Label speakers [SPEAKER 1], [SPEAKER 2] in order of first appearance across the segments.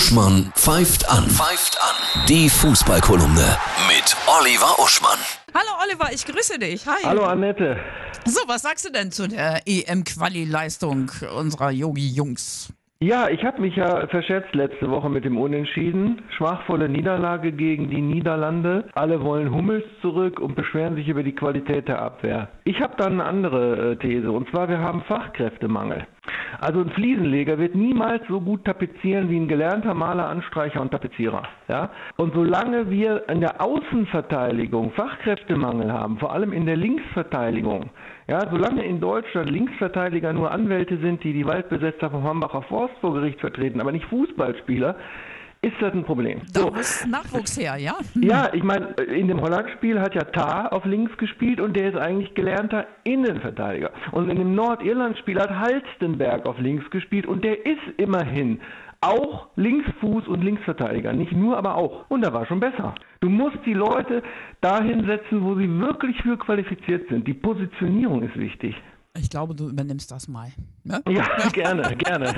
[SPEAKER 1] Uschmann pfeift an. Pfeift an. Die Fußballkolumne mit Oliver Uschmann.
[SPEAKER 2] Hallo Oliver, ich grüße dich. Hi.
[SPEAKER 3] Hallo Annette.
[SPEAKER 2] So, was sagst du denn zu der EM-Quali-Leistung unserer Yogi-Jungs?
[SPEAKER 3] Ja, ich habe mich ja verschätzt letzte Woche mit dem Unentschieden. Schmachvolle Niederlage gegen die Niederlande. Alle wollen Hummels zurück und beschweren sich über die Qualität der Abwehr. Ich habe da eine andere äh, These und zwar wir haben Fachkräftemangel. Also ein Fliesenleger wird niemals so gut tapezieren wie ein gelernter Maler, Anstreicher und Tapezierer. Ja? Und solange wir in der Außenverteidigung Fachkräftemangel haben, vor allem in der Linksverteidigung, ja, solange in Deutschland Linksverteidiger nur Anwälte sind, die die Waldbesetzer vom Hambacher Forst vor Gericht vertreten, aber nicht Fußballspieler, ist das ein Problem.
[SPEAKER 2] Da muss Nachwuchs her, ja?
[SPEAKER 3] Ja, ich meine, in dem Holland-Spiel hat ja Tar auf links gespielt und der ist eigentlich gelernter Innenverteidiger. Und in dem Nordirland-Spiel hat Halstenberg auf links gespielt und der ist immerhin auch Linksfuß und Linksverteidiger. Nicht nur, aber auch. Und da war schon besser. Du musst die Leute dahin setzen, wo sie wirklich für qualifiziert sind. Die Positionierung ist wichtig.
[SPEAKER 2] Ich glaube, du übernimmst das mal. Ne?
[SPEAKER 3] Ja, gerne, gerne.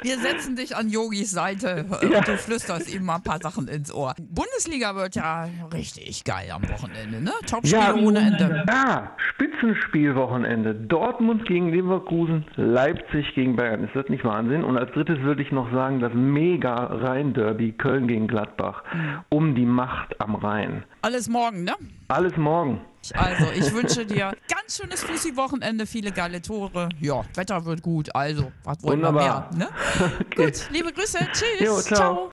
[SPEAKER 2] Wir setzen dich an Yogis Seite äh,
[SPEAKER 3] Ja.
[SPEAKER 2] und du flüsterst ihm mal ein paar Sachen ins Ohr. Bundesliga wird ja richtig geil am Wochenende, ne? Topspiele ohne Ende.
[SPEAKER 3] Ja, Spitzenspielwochenende. Dortmund gegen Leverkusen, Leipzig gegen Bayern. Ist das nicht Wahnsinn? Und als drittes würde ich noch sagen, das Mega-Rhein-Derby Köln gegen Gladbach. Um die Macht am Rhein.
[SPEAKER 2] Alles morgen, ne?
[SPEAKER 3] Alles morgen.
[SPEAKER 2] Also, ich wünsche dir ganz schönes Fussi-Wochenende, viele geile Tore. Ja, Wetter wird gut, also, was wollen
[SPEAKER 3] Wunderbar.
[SPEAKER 2] wir mehr? Ne?
[SPEAKER 3] Okay.
[SPEAKER 2] Gut, liebe Grüße, tschüss.
[SPEAKER 3] Jo, ciao.